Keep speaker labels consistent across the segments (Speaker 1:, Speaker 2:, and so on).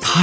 Speaker 1: 他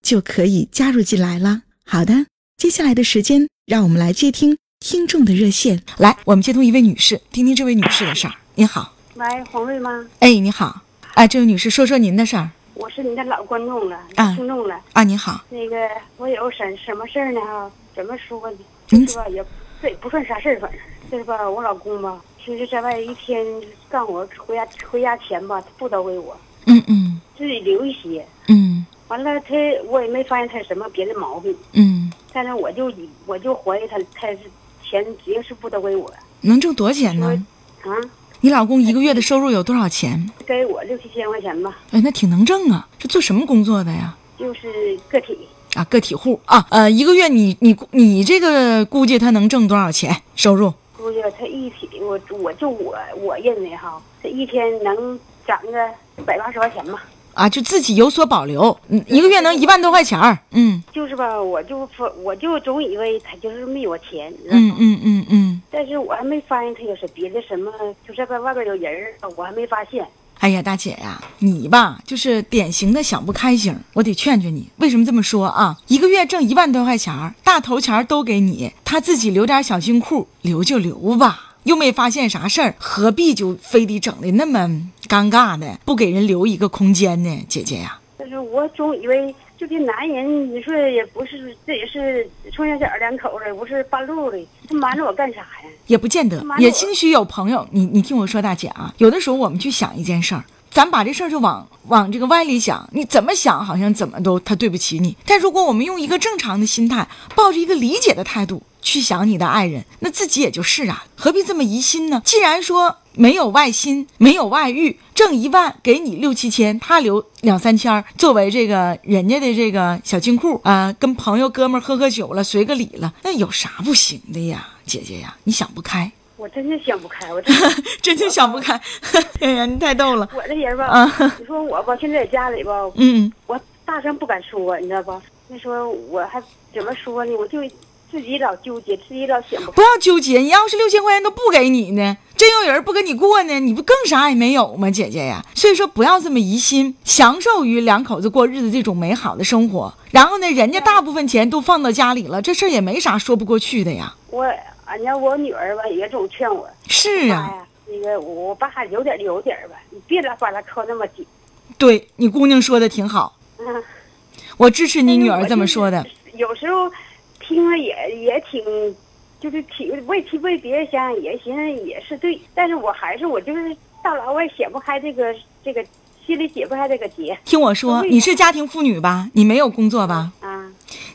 Speaker 2: 就可以加入进来了。好的，接下来的时间，让我们来接听听众的热线。来，我们接通一位女士，听听这位女士的事儿。您好，
Speaker 3: 喂，黄瑞吗？
Speaker 2: 哎，你好，哎，这位女士，说说您的事儿
Speaker 3: 我是您的老观众了，
Speaker 2: 啊
Speaker 3: 听众了。
Speaker 2: 啊。您好，
Speaker 3: 那个，我有什什么事儿呢？哈，怎么说呢？
Speaker 2: 嗯
Speaker 3: 就是吧，也这也不算啥事儿，反正就是吧，我老公吧，平时在外一天干活回家回家前吧，他不到位我，
Speaker 2: 嗯嗯
Speaker 3: 自己留一些。
Speaker 2: 嗯
Speaker 3: 完了他，我也没发现他有什么别的毛病，
Speaker 2: 嗯，
Speaker 3: 但是我就以我就怀疑他，他是钱指定是不到位我
Speaker 2: 能挣多少钱呢？
Speaker 3: 啊，
Speaker 2: 你老公一个月的收入有多少钱？
Speaker 3: 给我六七千块钱吧，
Speaker 2: 哎，那挺能挣啊。是做什么工作的呀？
Speaker 3: 就是个体，
Speaker 2: 啊，个体户啊，呃，一个月你你你这个估计他能挣多少钱收入？
Speaker 3: 估计他一天，我我就我我认为哈，他一天能攒个百八十块钱吧。
Speaker 2: 啊，就自己有所保留，嗯，一个月能一万多块钱儿，嗯
Speaker 3: 就是吧，我就说我就总以为他就是没我钱，你知道吗
Speaker 2: 嗯嗯嗯嗯。
Speaker 3: 但是我还没发现他有什别的什么，就是在外边有人儿，我还没发现。
Speaker 2: 哎呀，大姐呀、你吧就是典型的想不开型儿，我得劝劝你。为什么这么说啊？一个月挣一万多块钱儿，大头钱儿都给你，他自己留点小金库，留就留吧，又没发现啥事儿，何必就非得整的那么尴尬的，不给人留一个空间呢？姐姐呀、
Speaker 3: 但是我总以为就这男人，你说也不是，这也是从小小两口的，也不是半路的，他瞒着我干啥呀？
Speaker 2: 也不见得
Speaker 3: 妈，
Speaker 2: 也
Speaker 3: 呀
Speaker 2: 兴许有朋友，你你听我说，大姐啊，有的时候我们去想一件事儿，咱把这事儿就往往这个歪里想，你怎么想好像怎么都他对不起你。但如果我们用一个正常的心态，抱着一个理解的态度去想你的爱人，那自己也就释然，何必这么疑心呢？既然说没有外心，没有外遇，挣一万给你六七千，他留两三千儿作为这个人家的这个小金库啊、跟朋友哥们儿喝喝酒了，随个礼了，那有啥不行的呀，姐姐呀，你想不开。
Speaker 3: 我真是想不开，我真是
Speaker 2: 真就想不开。哎呀，你太逗了。
Speaker 3: 我这人吧，
Speaker 2: 啊
Speaker 3: 你说我吧，现在在家里吧，
Speaker 2: 嗯
Speaker 3: 我大声不敢说，你知道吧？那时候我还怎么说呢？我就自己老纠结，自己老想
Speaker 2: 不
Speaker 3: 不开。
Speaker 2: 要纠结，你要是六千块钱都不给你呢，真有人不跟你过呢，你不更啥也没有吗，姐姐呀？所以说不要这么疑心，享受于两口子过日子这种美好的生活。然后呢，人家大部分钱都放到家里了，这事儿也没啥说不过去的呀。
Speaker 3: 我，俺家我女儿吧也总劝我，
Speaker 2: 是
Speaker 3: 妈
Speaker 2: 啊，
Speaker 3: 呀，那个我爸有点儿有点儿吧，你别老把他扣那么紧。
Speaker 2: 对你姑娘说的挺好，
Speaker 3: 嗯，
Speaker 2: 我支持 你
Speaker 3: 但是
Speaker 2: 女
Speaker 3: 我
Speaker 2: 儿这
Speaker 3: 就
Speaker 2: 么
Speaker 3: 是
Speaker 2: 说的。。
Speaker 3: 有时候听了也也挺，就是体为替为别人想想也寻思也是对，但是我还是我就是大老我也解不开这个这个心里解不开这个结
Speaker 2: 听我说，
Speaker 3: 对呀
Speaker 2: 你是家庭妇女吧？你没有工作吧？
Speaker 3: 啊。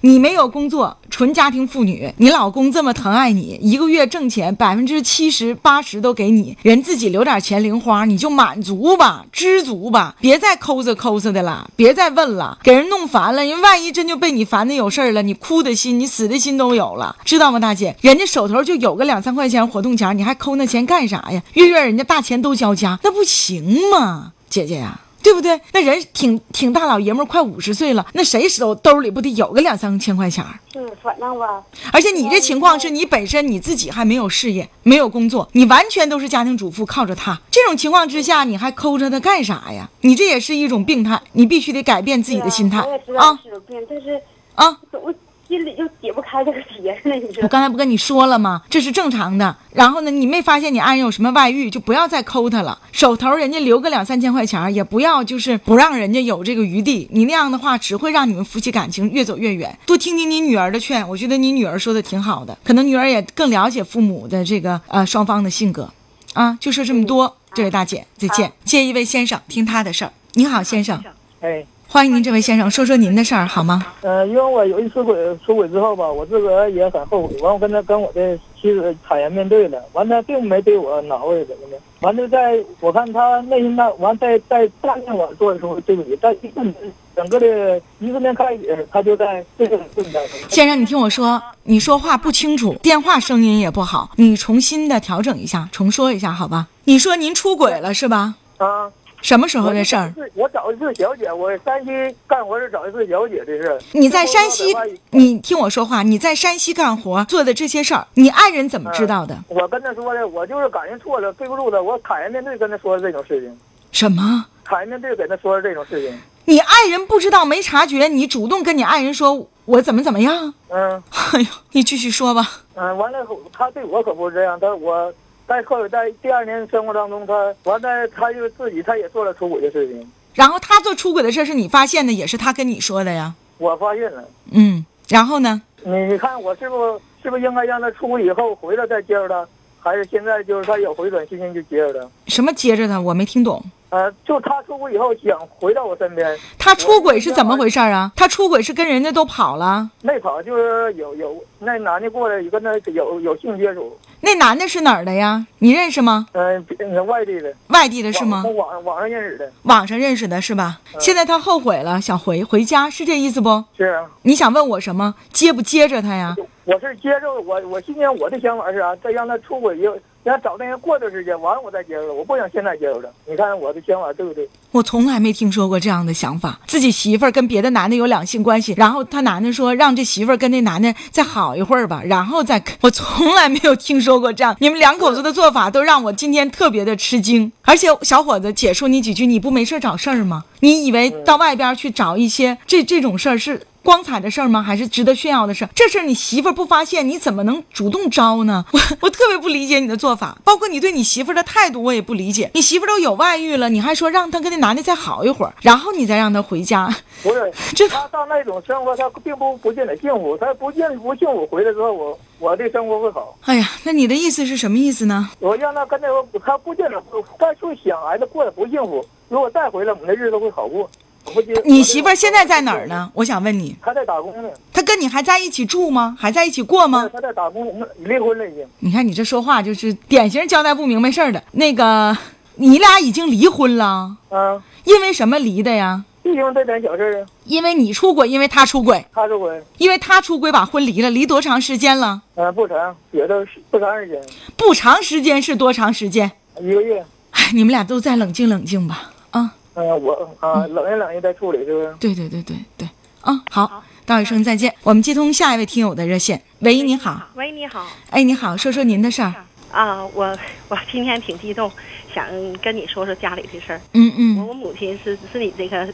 Speaker 2: 你没有工作，纯家庭妇女，你老公这么疼爱你，一个月挣钱百分之七十八十都给你，人自己留点钱零花，你就满足吧，知足吧，别再抠搜抠搜的了，别再问了，给人弄烦了，因为万一真就被你烦的有事儿了，你哭的心，你死的心都有了，知道吗，大姐？人家手头就有个两三块钱活动钱，你还抠那钱干啥呀？月月人家大钱都交家，那不行吗，姐姐呀、对不对？那人挺挺大老爷们儿，快五十岁了，那谁手兜里不得有个两三千块钱儿？
Speaker 3: 是，反正吧，
Speaker 2: 而且你这情况是你本身你自己还没有事业，没有工作，你完全都是家庭主妇靠着他。这种情况之下，你还抠着他干啥呀？你这也是一种病态，你必须得改变自己的心态
Speaker 3: 我也知道
Speaker 2: 啊
Speaker 3: 是有病，但是
Speaker 2: 啊！
Speaker 3: 我心里就解不开这个结呢，你知
Speaker 2: 我
Speaker 3: 道吗？
Speaker 2: 刚才不跟你说了吗？这是正常的。然后呢，你没发现你爱人有什么外遇，就不要再抠他了。手头人家留个两三千块钱儿，也不要就是不让人家有这个余地。你那样的话，只会让你们夫妻感情越走越远。多听听你女儿的劝，我觉得你女儿说的挺好的，可能女儿也更了解父母的这个呃双方的性格。啊，就说这么多，这位大姐，再见。接一位先生，听他的事儿。你好，先生，
Speaker 4: 哎，
Speaker 2: 欢迎您，这位先生，说说您的事儿好吗？
Speaker 4: 呃，因为我有一次出轨出轨之后吧，我自个儿也很后悔。完，我跟他跟我的妻子坦然面对了。完，他并没对我恼或者怎么的。完，就在我看他内心那完，在在大面我做的时候对不起，但一瞬间整个的一瞬间开始，他就在这个混当中。
Speaker 2: 先生，你听我说，你说话不清楚，电话声音也不好，你重新的调整一下，重说一下，好吧？你说您出轨了是吧？
Speaker 4: 啊，
Speaker 2: 什么时候的事儿？
Speaker 4: 我我找一次小姐，我山西干活是找一次小姐的事儿。
Speaker 2: 你在山西
Speaker 4: 最后的话，
Speaker 2: 你听我说话，你在山西干活做的这些事儿，你爱人怎么知道的？
Speaker 4: 我跟他说的，我就是感情错了，对不住了，我坦然面对跟他说的这种事情，
Speaker 2: 什么？
Speaker 4: 坦然面对跟他说的这种事情。
Speaker 2: 你爱人不知道没察觉，你主动跟你爱人说我怎么怎么样？
Speaker 4: 嗯。
Speaker 2: 哎呦，你继续说吧。
Speaker 4: 嗯，完了后，他对我可不是这样，他我在后在第二年生活当中，他完了，他就自己他也做了出轨的事情，
Speaker 2: 然后他做出轨的事儿是你发现的，也是他跟你说的呀。
Speaker 4: 我发现了。
Speaker 2: 嗯，然后呢？
Speaker 4: 你你看我是不是不是应该让他出轨以后回来再接着他，还是现在就是他有回转信心就接着他？
Speaker 2: 什么接着的？我没听懂。
Speaker 4: 呃，就他出轨以后想回到我身边，
Speaker 2: 他出轨是怎么回事儿啊？他出轨是跟人家都跑了，
Speaker 4: 那场就是有有那男的过来跟他有有性接触，
Speaker 2: 那男的是哪儿的呀？你认识吗？
Speaker 4: 嗯、呃，外地的
Speaker 2: 外地的是吗
Speaker 4: 网？网网上嗯认识的，
Speaker 2: 网上认识的是吧？现在他后悔了，想回回家，是这意思不？
Speaker 4: 是啊。
Speaker 2: 你想问我什么？接不接着他呀？
Speaker 4: 我是接着我我今年我的想法是啥、再让他出轨以后，让他找那人过段时间，完了我再接受他，我不想现在接受他。你看我的想法对不对？
Speaker 2: 我从来没听说过这样的想法，自己媳妇儿跟别的男的有两性关系，然后他男的说让这媳妇儿跟那男的再好一会儿吧，然后再。 我从来没有听说过这样，你们两口子的做法都让我今天特别的吃惊。而且小伙子姐说你几句，你不没事儿找事儿吗？你以为到外边去找一些这这种事儿是光彩的事儿吗？还是值得炫耀的事儿？这事儿你媳妇儿不发现，你怎么能主动招呢？ 我我特别不理解你的做法，包括你对你媳妇儿的态度，我也不理解。你媳妇儿都有外遇了，你还说让她跟那男的再好一会儿，然后你再让她回家，
Speaker 4: 不是
Speaker 2: 这
Speaker 4: 他到那种生活，他并不不见得幸福，他不见不幸福回来之后，我我的生活会好。
Speaker 2: 哎呀，那你的意思是什么意思呢？
Speaker 4: 我让他跟那个他不见得该处想孩子过得不幸福，如果再回来，我们的日子会好过。我不接
Speaker 2: 你媳妇儿现在在哪儿？呢？我想问你，
Speaker 4: 他在打工呢，
Speaker 2: 她跟你还在一起住吗？还在一起过吗？
Speaker 4: 他在打工，我们离婚了已经。
Speaker 2: 你看你这说话就是典型交代不明白事儿的。那个，你俩已经离婚了，
Speaker 4: 啊，
Speaker 2: 因为什么离的呀？
Speaker 4: 就因为这点小事儿，啊
Speaker 2: 因为你出轨，因为他出轨，
Speaker 4: 他说我，
Speaker 2: 因为他出轨把婚离了，离多长时间了？
Speaker 4: 嗯、不长，也都是不长时间。
Speaker 2: 不长时间是多长时间？
Speaker 4: 一个月，
Speaker 2: 哎，你们俩都再冷静冷静吧。啊，
Speaker 4: 嗯、我啊，冷静冷静再处理，是不是？
Speaker 2: 对对对对对，啊，好，道一声再见。我们接通下一位听友的热线。喂，你好，，
Speaker 5: 喂，你好
Speaker 2: 哎，你好，说说您的事儿。
Speaker 5: 啊，我我今天挺激动，想跟你说说家里的事儿。
Speaker 2: 嗯嗯，
Speaker 5: 我母亲是是你这个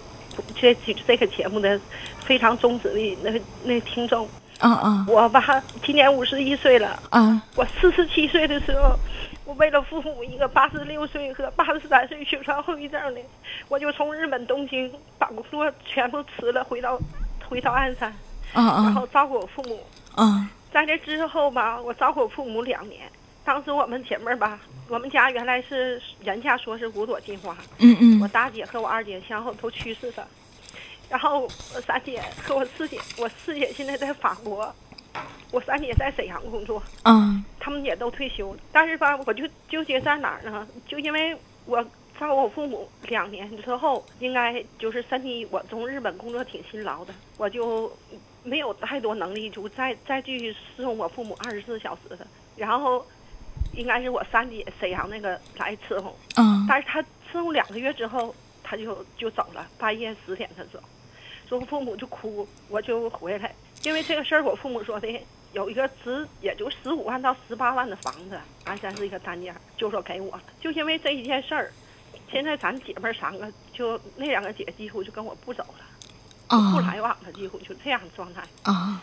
Speaker 5: 这这个节目的非常忠实的那那听众。
Speaker 2: 啊啊
Speaker 5: 我吧，今年五十一岁了，
Speaker 2: 啊，
Speaker 5: 我四十七岁的时候，我为了父母一个八十六岁和八十三岁血栓后遗症的，我就从日本东京把工作全部辞了，回到回到鞍山，
Speaker 2: 啊
Speaker 5: 然
Speaker 2: 啊
Speaker 5: 后照顾我父母。
Speaker 2: 啊
Speaker 5: 在这之后吧，我照顾我父母两年。当时我们姐妹儿吧，我们家原来是人家说是五朵金花，
Speaker 2: 嗯
Speaker 5: 我
Speaker 2: 嗯
Speaker 5: 大姐和我二姐先后都去世了，然后我三姐和我四姐，我四姐现在在法国，我三姐在沈阳工作，
Speaker 2: 啊
Speaker 5: 他们也都退休了。但是吧，我就纠结在哪儿呢？就因为我照顾我父母两年之后，应该就是身体，我从日本工作挺辛劳的，我就没有太多能力，就再再继续侍奉我父母二十四小时的。然后，应该是我三姐沈阳那个来伺候，
Speaker 2: 啊
Speaker 5: 但是她伺候两个月之后，她就就走了，半夜十点她走。说父母就哭，我就回来，因为这个事儿，我父母说的有一个值也就十五万到十八万的房子，鞍山是一个单间，就说给我了，就因为这一件事儿，现在咱姐妹儿三个就那两个姐几乎就跟我不走了，不
Speaker 2: 啊
Speaker 5: 来往了，几乎就这样的状态。
Speaker 2: 啊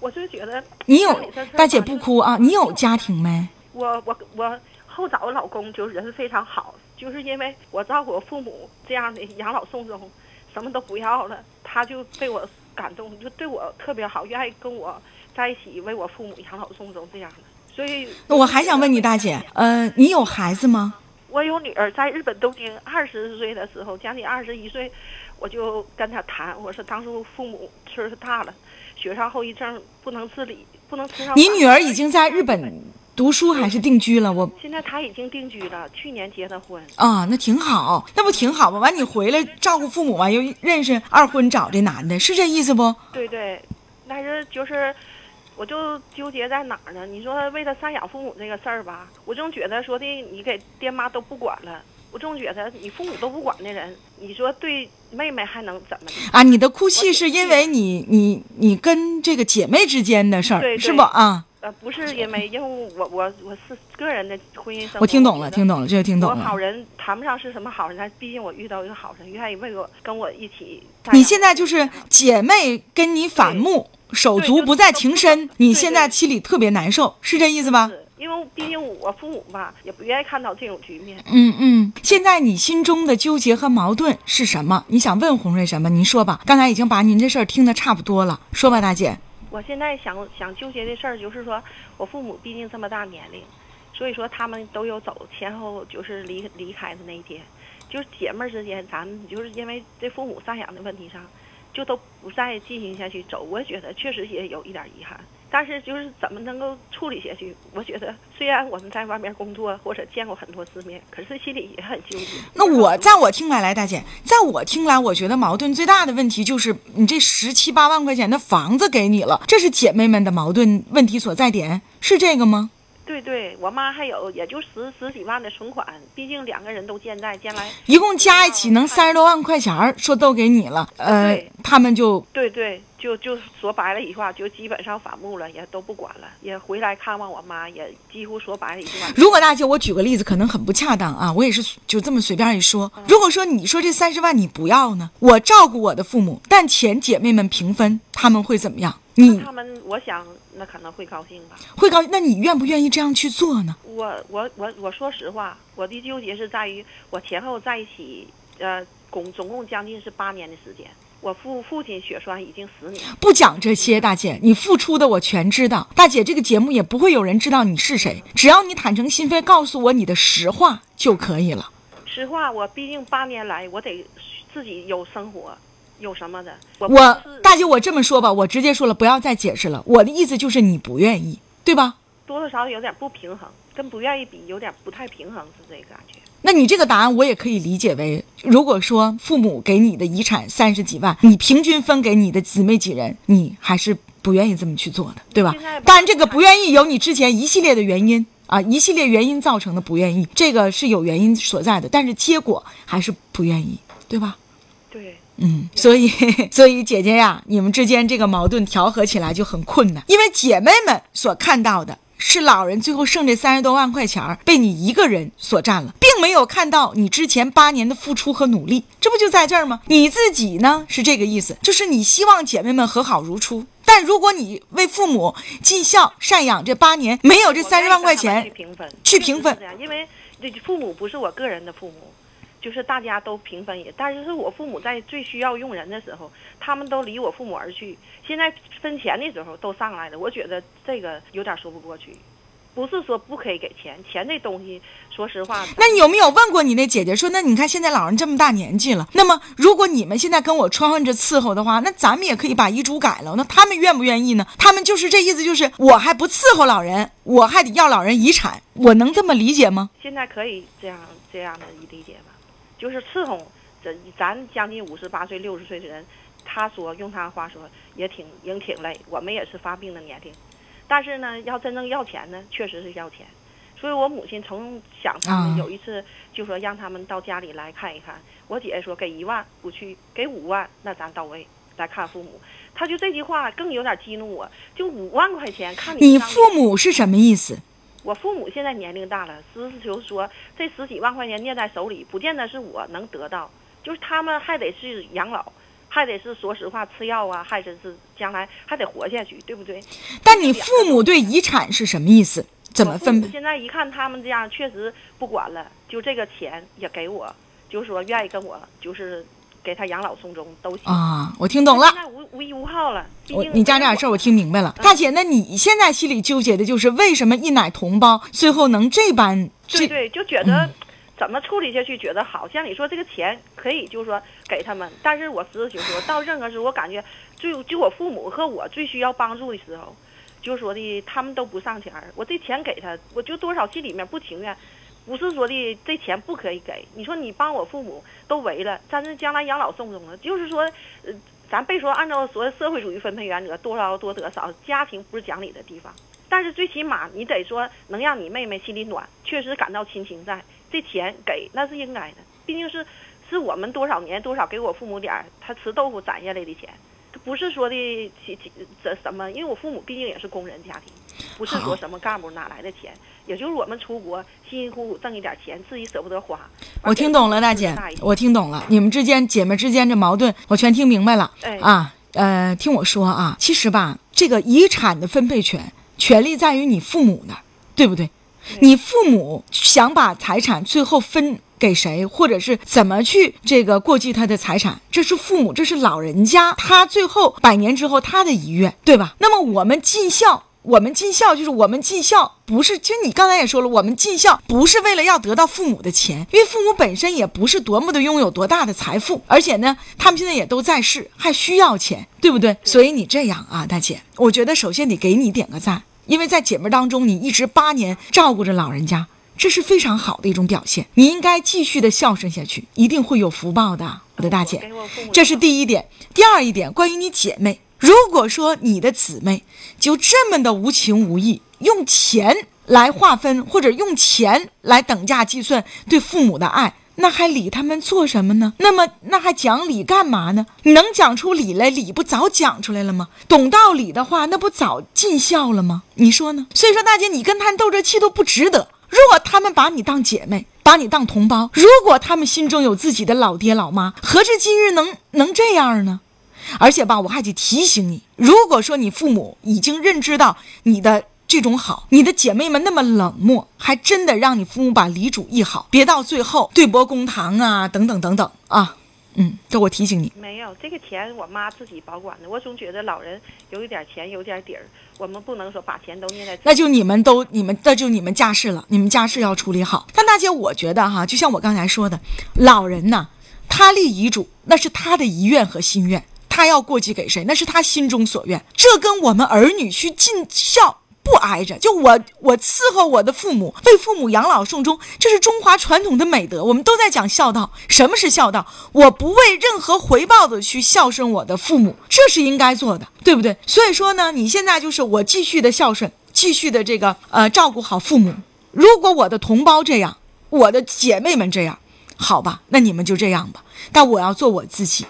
Speaker 5: 我就觉得
Speaker 2: 你有
Speaker 5: 家里这事儿
Speaker 2: 大姐
Speaker 5: 吧
Speaker 2: 不哭啊？你有家庭没？
Speaker 5: 我我我后找老公就人非常好，就是因为我照顾我父母这样的养老送终，什么都不要了，他就被我感动，就对我特别好，愿意跟我在一起为我父母养老送终这样的。所以
Speaker 2: 那我还想问你，大姐，呃，你有孩子吗？
Speaker 5: 我有女儿在日本东京，二十岁的时候，将近二十一岁，我就跟她谈，我说当初父母岁数大了，雪上后遗症不能自理，不能吃上饭。
Speaker 2: 你女儿已经在日本读书还是定居了？我
Speaker 5: 现在她已经定居了，去年结的婚。
Speaker 2: 啊，那挺好，那不挺好吗？完你回来照顾父母完，又认识二婚找这男的，是这意思不？
Speaker 5: 对对，但是就是，我就纠结在哪儿呢？你说为了赡养父母这个事儿吧，我总觉得说的你给爹妈都不管了，我总觉得你父母都不管的人，你说对妹妹还能怎么的？
Speaker 2: 啊，你的哭泣是因为你你你跟这个姐妹之间的事
Speaker 5: 对
Speaker 2: 儿
Speaker 5: 对
Speaker 2: 是不啊？
Speaker 5: 呃，不是因为因为我我我是个人的婚姻生活，
Speaker 2: 我听懂了，听
Speaker 5: 懂。
Speaker 2: 懂了，这个听
Speaker 5: 我
Speaker 2: 懂
Speaker 5: 好
Speaker 2: 了。
Speaker 5: 人谈不上是什么好人，但毕竟我遇到一个好人，愿意为我跟我一起赡养。
Speaker 2: 你现在就是姐妹跟你反目，手
Speaker 5: 啊对
Speaker 2: 足
Speaker 5: 就
Speaker 2: 不
Speaker 5: 是
Speaker 2: 在
Speaker 5: 都
Speaker 2: 情
Speaker 5: 不
Speaker 2: 深，你
Speaker 5: 对
Speaker 2: 现
Speaker 5: 对
Speaker 2: 在心里特别难受，是这意思吧？
Speaker 5: 是因为毕竟我父母吧，也不愿意看到这种局面。
Speaker 2: 嗯嗯，现在你心中的纠结和矛盾是什么？你想问红瑞什么？您说吧，刚才已经把您这事儿听得差不多了，说吧，大姐。
Speaker 5: 我现在想想纠结的事儿就是说，我父母毕竟这么大年龄，所以说他们都有走前后，就是离离开的那一天。就是姐妹儿之间，咱们就是因为这父母赡养的问题上，就都不再进行下去走。我觉得确实也有一点遗憾，但是就是怎么能够处理下去？我觉得虽然我们在外面工作或者见过很多世面，可是心里也很纠结。
Speaker 2: 那我在我听来，来大姐，在我听来，我觉得矛盾最大的问题就是你这十七八万块钱的房子给你了，这是姐妹们的矛盾问题所在点，是这个吗？
Speaker 5: 对对，我妈还有也就十十几万的存款，毕竟两个人都健在，将来
Speaker 2: 一共加一起能三十多万块钱儿，说都给你了，呃
Speaker 5: 对，
Speaker 2: 他们就
Speaker 5: 对对，就就说白了一句话，就基本上反目了，也都不管了，也回来看望我妈，也几乎说白了一句话。
Speaker 2: 如果大姐，我举个例子可能很不恰当啊，我也是就这么随便一说。
Speaker 5: 嗯
Speaker 2: 如果说你说这三十万你不要呢，我照顾我的父母，但钱姐妹们平分，他们会怎么样？你
Speaker 5: 他们，我想那可能会高兴吧。
Speaker 2: 会高兴？那你愿不愿意这样去做呢？
Speaker 5: 我我我我说实话，我的纠结是在于我前后在一起，呃，共总共将近是八年的时间。我父父亲血栓已经十年，
Speaker 2: 不讲这些，大姐，你付出的我全知道。大姐，这个节目也不会有人知道你是谁，只要你坦诚心扉告诉我你的实话就可以了。
Speaker 5: 实话，我毕竟八年来，我得自己有生活，有什么的。我不
Speaker 2: 我
Speaker 5: 是
Speaker 2: 大姐，我这么说吧，我直接说了，不要再解释了。我的意思就是你不愿意，对吧？
Speaker 5: 多多少少有点不平衡，跟不愿意比，有点不太平衡，是这个感觉。
Speaker 2: 那你这个答案我也可以理解为，如果说父母给你的遗产三十几万，你平均分给你的姊妹几人，你还是不愿意这么去做的，对吧
Speaker 5: 现在？吧
Speaker 2: 当然，这个不愿意有你之前一系列的原因啊，一系列原因造成的不愿意，这个是有原因所在的，但是结果还是不愿意，对吧？
Speaker 5: 对，
Speaker 2: 嗯，所以 所以姐姐呀，你们之间这个矛盾调和起来就很困难，因为姐妹们所看到的是老人最后剩这三十多万块钱儿被你一个人所占了，并没有看到你之前八年的付出和努力，这不就在这儿吗？你自己呢是这个意思，就是你希望姐妹们和好如初。但如果你为父母尽孝赡养这八年，没有这
Speaker 5: 我
Speaker 2: 三十万块
Speaker 5: 愿意跟他们
Speaker 2: 钱，
Speaker 5: 去平分，
Speaker 2: 去平分
Speaker 5: 确实是这样，因为这父母不是我个人的父母，就是大家都平分也。但是是我父母在最需要用人的时候，他们都离我父母而去。现在分钱的时候都上来了，我觉得这个有点说不过去。不是说不可以给钱，钱这东西，说实话，
Speaker 2: 那你有没有问过你那姐姐说？那你看现在老人这么大年纪了，那么如果你们现在跟我穿混着伺候的话，那咱们也可以把遗嘱改了。那他们愿不愿意呢？他们就是这意思，就是我还不伺候老人，我还得要老人遗产，我能这么理解吗？
Speaker 5: 现在可以这样这样的理解吧，就是伺候这咱将近五十八岁、六十岁的人，他说用他的话说也挺也挺累，我们也是发病的年龄，但是呢，要真正要钱呢，确实是要钱。所以我母亲从想他
Speaker 2: 啊
Speaker 5: 们有一次就说让他们到家里来看一看，我姐说给一万不去，给五万那咱到位来看父母。他就这句话更有点激怒我，就五万块钱看
Speaker 2: 你
Speaker 5: 上
Speaker 2: 父母是什么意思？
Speaker 5: 我父母现在年龄大了，实事求是说，这十几万块钱捏在手里，不见得是我能得到，就是他们还得是养老，还得是说实话吃药啊，还得是将来还得活下去，对不对？
Speaker 2: 但你父母对遗产是什么意思？怎么分
Speaker 5: 我父母
Speaker 2: 配？
Speaker 5: 现在一看他们这样，确实不管了，就这个钱也给我，就说愿意跟我就是给他养老送终都行。
Speaker 2: 啊，我听懂了
Speaker 5: 现。在无无依无靠了。毕
Speaker 2: 我
Speaker 5: 竟
Speaker 2: 你家这点事儿我听明白了，大姐，那你现在心里纠结的就是为什么一奶同胞最后能这般
Speaker 5: 对
Speaker 2: 这
Speaker 5: 对，就觉得怎么处理下去，觉得好像你说这个钱可以，就是说给他们，但是我实事求是说，到任何时候我感觉就就我父母和我最需要帮助的时候，就说的他们都不上前儿，我这钱给他，我就多少心里面不情愿。不是说的这钱不可以给，你说你帮我父母都为了，咱这将来养老送终了，就是说，呃，咱别说按照所谓社会主义分配原则，多劳多得少，家庭不是讲理的地方。但是最起码你得说能让你妹妹心里暖，确实感到亲情在，这钱给那是应该的，毕竟是是我们多少年多少给我父母点儿他吃豆腐攒下来的钱，他不是说的起起这什么，因为我父母毕竟也是工人家庭，不是
Speaker 2: 好
Speaker 5: 说什么干部哪来的钱，也就是我们出国辛辛苦苦挣一点钱，自己舍不得花。
Speaker 2: 我听懂了，大姐，我听懂了，你们之间姐妹之间这矛盾，我全听明白了。
Speaker 5: 哎
Speaker 2: 啊，呃，听我说啊，其实吧，这个遗产的分配权，权利在于你父母那儿，对不对？你父母想把财产最后分给谁，或者是怎么去这个过继他的财产，这是父母，这是老人家，他最后百年之后他的遗愿，对吧？那么我们尽孝。我们尽孝就是我们尽孝，不是，其实你刚才也说了，我们尽孝不是为了要得到父母的钱，因为父母本身也不是多么的拥有多大的财富，而且呢，他们现在也都在世，还需要钱，对不对？所以你这样啊，大姐，我觉得首先得给你点个赞，因为在姐妹当中，你一直八年照顾着老人家，这是非常好的一种表现。你应该继续的孝顺下去，一定会有福报的，我的大姐
Speaker 5: 我给我父母。
Speaker 2: 这是第一点。第二一点，关于你姐妹，如果说你的姊妹就这么的无情无义，用钱来划分或者用钱来等价计算对父母的爱。那还理他们做什么呢？那么那还讲理干嘛呢？你能讲出理来，理不早讲出来了吗？懂道理的话，那不早尽孝了吗？你说呢？所以说，大姐，你跟他们斗这气都不值得。如果他们把你当姐妹，把你当同胞，如果他们心中有自己的老爹老妈，何至今日能能这样呢？而且吧，我还得提醒你，如果说你父母已经认知到你的这种好，你的姐妹们那么冷漠，还真的让你父母把离主议好，别到最后对簿公堂啊，等等等等啊，嗯，这我提醒你。
Speaker 5: 没有这个钱，我妈自己保管的。我总觉得老人有一点钱，有点底儿，我们不能说把钱都捏在自己
Speaker 2: 那就你们都你们那就你们家事了，你们家事要处理好。但大姐，我觉得哈，就像我刚才说的，老人呐、他立遗嘱那是他的遗愿和心愿，他要过继给谁那是他心中所愿，这跟我们儿女去尽孝。不挨着，就我我伺候我的父母，为父母养老送终，这是中华传统的美德。我们都在讲孝道，什么是孝道？我不为任何回报的去孝顺我的父母，这是应该做的，对不对？所以说呢，你现在就是我继续的孝顺，继续的这个呃照顾好父母。如果我的同胞这样，我的姐妹们这样，好吧，那你们就这样吧。但我要做我自己，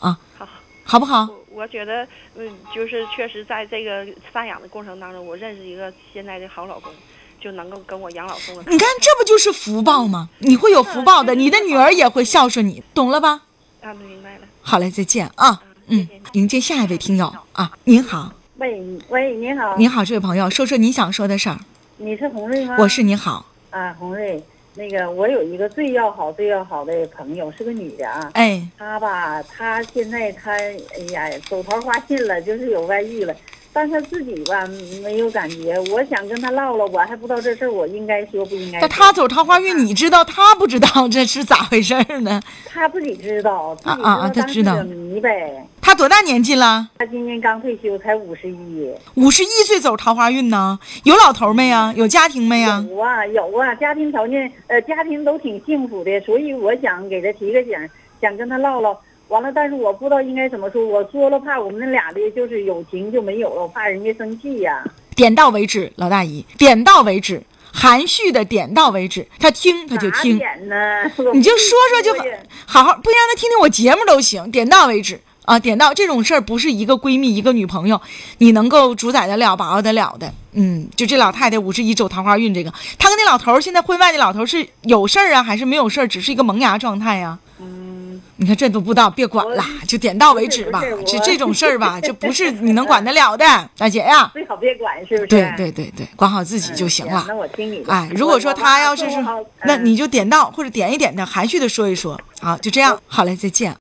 Speaker 2: 啊，
Speaker 5: 好
Speaker 2: 好不好？
Speaker 5: 我我觉得，嗯，就是确实在这个散养的过程当中，我认识一个现在的好老公，就能够跟我养老送终。
Speaker 2: 你看，这不就是福报吗？你会有福报的，你的女儿也会孝顺你，懂了吧？
Speaker 5: 啊，明白了。
Speaker 2: 好嘞，再见啊，嗯，迎接下一位听友啊，您好，
Speaker 3: 喂喂，你好，
Speaker 2: 您好，这位朋友，说说你想说的事儿，
Speaker 3: 你是红瑞吗？
Speaker 2: 我是你好，
Speaker 3: 啊，红瑞，那个我有一个最要好最要好的朋友，是个女的啊。
Speaker 2: 哎，
Speaker 3: 她吧，她现在她哎呀走桃花信了，就是有外遇了，但她自己吧没有感觉。我想跟她唠唠，我还不知道这事儿我应该说不应该
Speaker 2: 那
Speaker 3: 说。
Speaker 2: 他走桃花运，你知道他不知道这是咋回事儿呢？
Speaker 3: 她自己知道，自己
Speaker 2: 啊啊她知
Speaker 3: 当
Speaker 2: 道
Speaker 3: 时的迷呗。
Speaker 2: 他多大年纪了？
Speaker 3: 她今年刚退休，才五十一。
Speaker 2: 五十一岁走桃花运呢？有老头没呀？有家庭没哎呀？
Speaker 3: 有啊有啊，家庭条件呃家庭都挺幸福的，所以我想给他提个醒，想跟他唠唠。完了，但是我不知道应该怎么说，我说了怕我们俩的就是友情就没有了，我怕人家生气呀、
Speaker 2: 点到为止，老大姨，点到为止，含蓄的点到为止，他听他就
Speaker 3: 哪
Speaker 2: 听，
Speaker 3: 点啊呢？
Speaker 2: 你就说说就好
Speaker 3: 我也，
Speaker 2: 好好，不然让他听听我节目都行，点到为止啊，点到这种事儿不是一个闺蜜一个女朋友你能够主宰得了、把握得了的。嗯，就这老太太五十一走桃花运，这个她跟那老头儿现在婚外那老头儿是有事儿啊，还是没有事儿，只是一个萌芽状态呀、
Speaker 3: 嗯，
Speaker 2: 你看这都不知道，别管了，就点到为止吧
Speaker 3: 不是不。是
Speaker 2: 这
Speaker 3: 我
Speaker 2: 这种事儿吧，这不是你能管得了的，大姐 呀。
Speaker 3: 最好别管，是不是？
Speaker 2: 对
Speaker 3: 哎
Speaker 2: 对对对，管好自己就行了
Speaker 3: 行。那我听你的。
Speaker 2: 哎，如果说他要是
Speaker 3: 我
Speaker 2: 说
Speaker 3: 我我，
Speaker 2: 啊那你就点到或者点一点他，含蓄的说一说。好，就这样，好嘞，再见。